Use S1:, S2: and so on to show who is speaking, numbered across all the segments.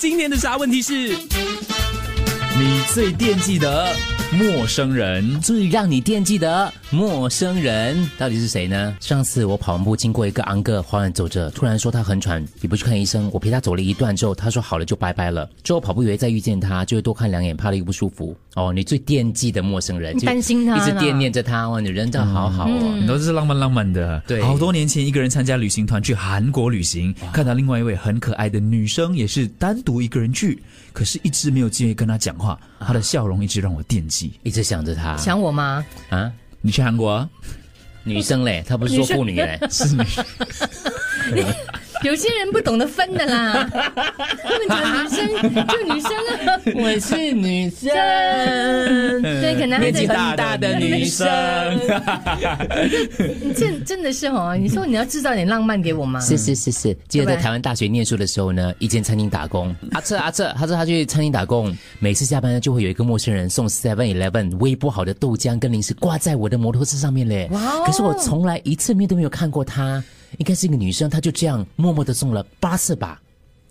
S1: 今年的啥问题是？
S2: 你最惦记的陌生人，
S3: 最让你惦记的陌生人到底是谁呢？上次我跑完步经过一个安哥，忽然走着，突然说他很喘，也不去看医生。我陪他走了一段之后，他说好了就拜拜了。之后跑步以为再遇见他就会多看两眼，怕他又不舒服。哦，你最惦记的陌生人，
S4: 你担心他
S3: 就一直
S4: 呢
S3: 惦念着他。哇，你人真的好好哦。
S2: 你都是浪漫浪漫的。
S3: 对
S2: 好多年前一个人参加旅行团去韩国旅行，看到另外一位很可爱的女生，也是单独一个人去，可是一直没有机会跟她讲话，她的笑容一直让我惦记。
S3: 一直想着他，
S4: 想我吗？
S3: 啊，
S2: 你去韩国啊、
S3: 女生嘞，她不是说妇女嘞，
S4: 有些人不懂得分的啦，他们讲女生就女生啊，
S3: 我是女生，
S4: 对，可能他
S3: 年纪
S4: 的
S3: 很大的女生，
S4: 真真的是哦，你说你要制造点浪漫给我吗？
S3: 是是是是，记得
S4: 对
S3: 在
S4: 吧
S3: 台湾大学念书的时候呢，一间餐厅打工。阿彻阿彻，他说他去餐厅打工，每次下班呢就会有一个陌生人送 Seven Eleven 微波好的豆浆跟零食挂在我的摩托车上面嘞。
S4: 哇哦
S3: 可是我从来一次面都没有看过她，应该是一个女生，她就这样默默的送了八次吧。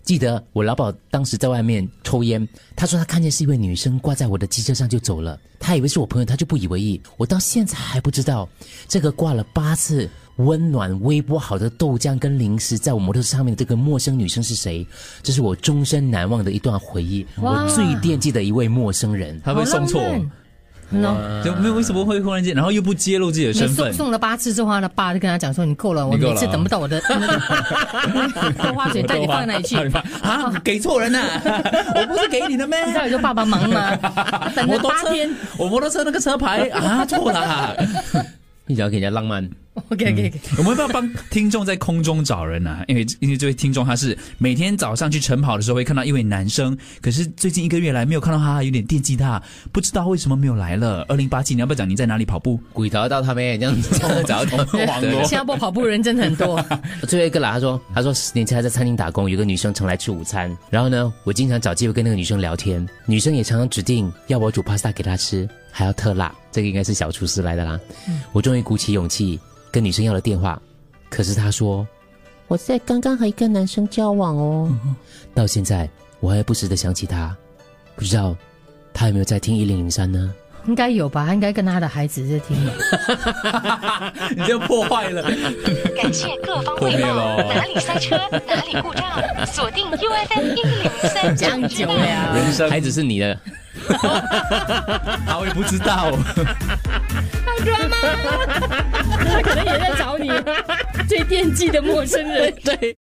S3: 记得我老鸨当时在外面抽烟，他说他看见是一位女生挂在我的机车上就走了，他以为是我朋友，他就不以为意。我到现在还不知道，这个挂了八次温暖微波好的豆浆跟零食在我摩托车上面的这个陌生女生是谁，这是我终身难忘的一段回忆，
S4: 哇
S3: 我最惦记的一位陌生人。
S2: 她会送错，
S4: 好浪漫。喏，
S2: 就没有为什么会忽然间，然后又不揭露自己的
S4: 嗯哦你
S2: 身
S4: 送
S2: 份。
S4: 送了八次之后，他的爸就跟他讲说：“你够了，我
S2: 你够了啊
S4: 每次等不 到我的豆花水带你放哪里去？
S2: 啊，给错 人了、我不是给你的咩？
S4: 你知道有时候爸爸忙吗？等了
S2: 摩托
S4: 八
S2: 车
S4: 天，，
S2: 我摩托车那个车牌啊错了啊、
S3: 你讲给人家浪漫，
S4: OK OK OK，
S2: 我们要不要帮听众在空中找人啊？因为因为这位听众他是每天早上去晨跑的时候会看到一位男生，可是最近一个月来没有看到他，有点惦记他，不知道为什么没有来了。二零八七，你要不要讲你在哪里跑步？
S3: 鬼找得到他们这样 子找得到他们
S2: 网络
S4: 新加坡跑步人真的很多，
S3: 最后一个啦，他说，他说十年前他在餐厅打工，有个女生常来吃午餐，然后呢，我经常找机会跟那个女生聊天，女生也常常指定要我煮 pasta 给她吃，还要特辣，这个应该是小厨师来的啦。我终于鼓起勇气跟女生要了电话，可是她说我在刚刚和一个男生交往哦，到现在我还不时的想起他，不知道他有没有在听一零零三呢？
S4: 应该有吧？他应该跟他的孩子在听。
S2: 你这破坏 了。
S5: 感谢各方汇
S2: 破灭
S5: 报
S2: 咯，
S5: 哪里塞车，哪里故障，锁定 U F M 一零三，讲
S4: 久了
S3: 人生孩子是你的。
S2: 啊，我也不知道。
S4: 他可能也在找你最惦记的陌生人。对。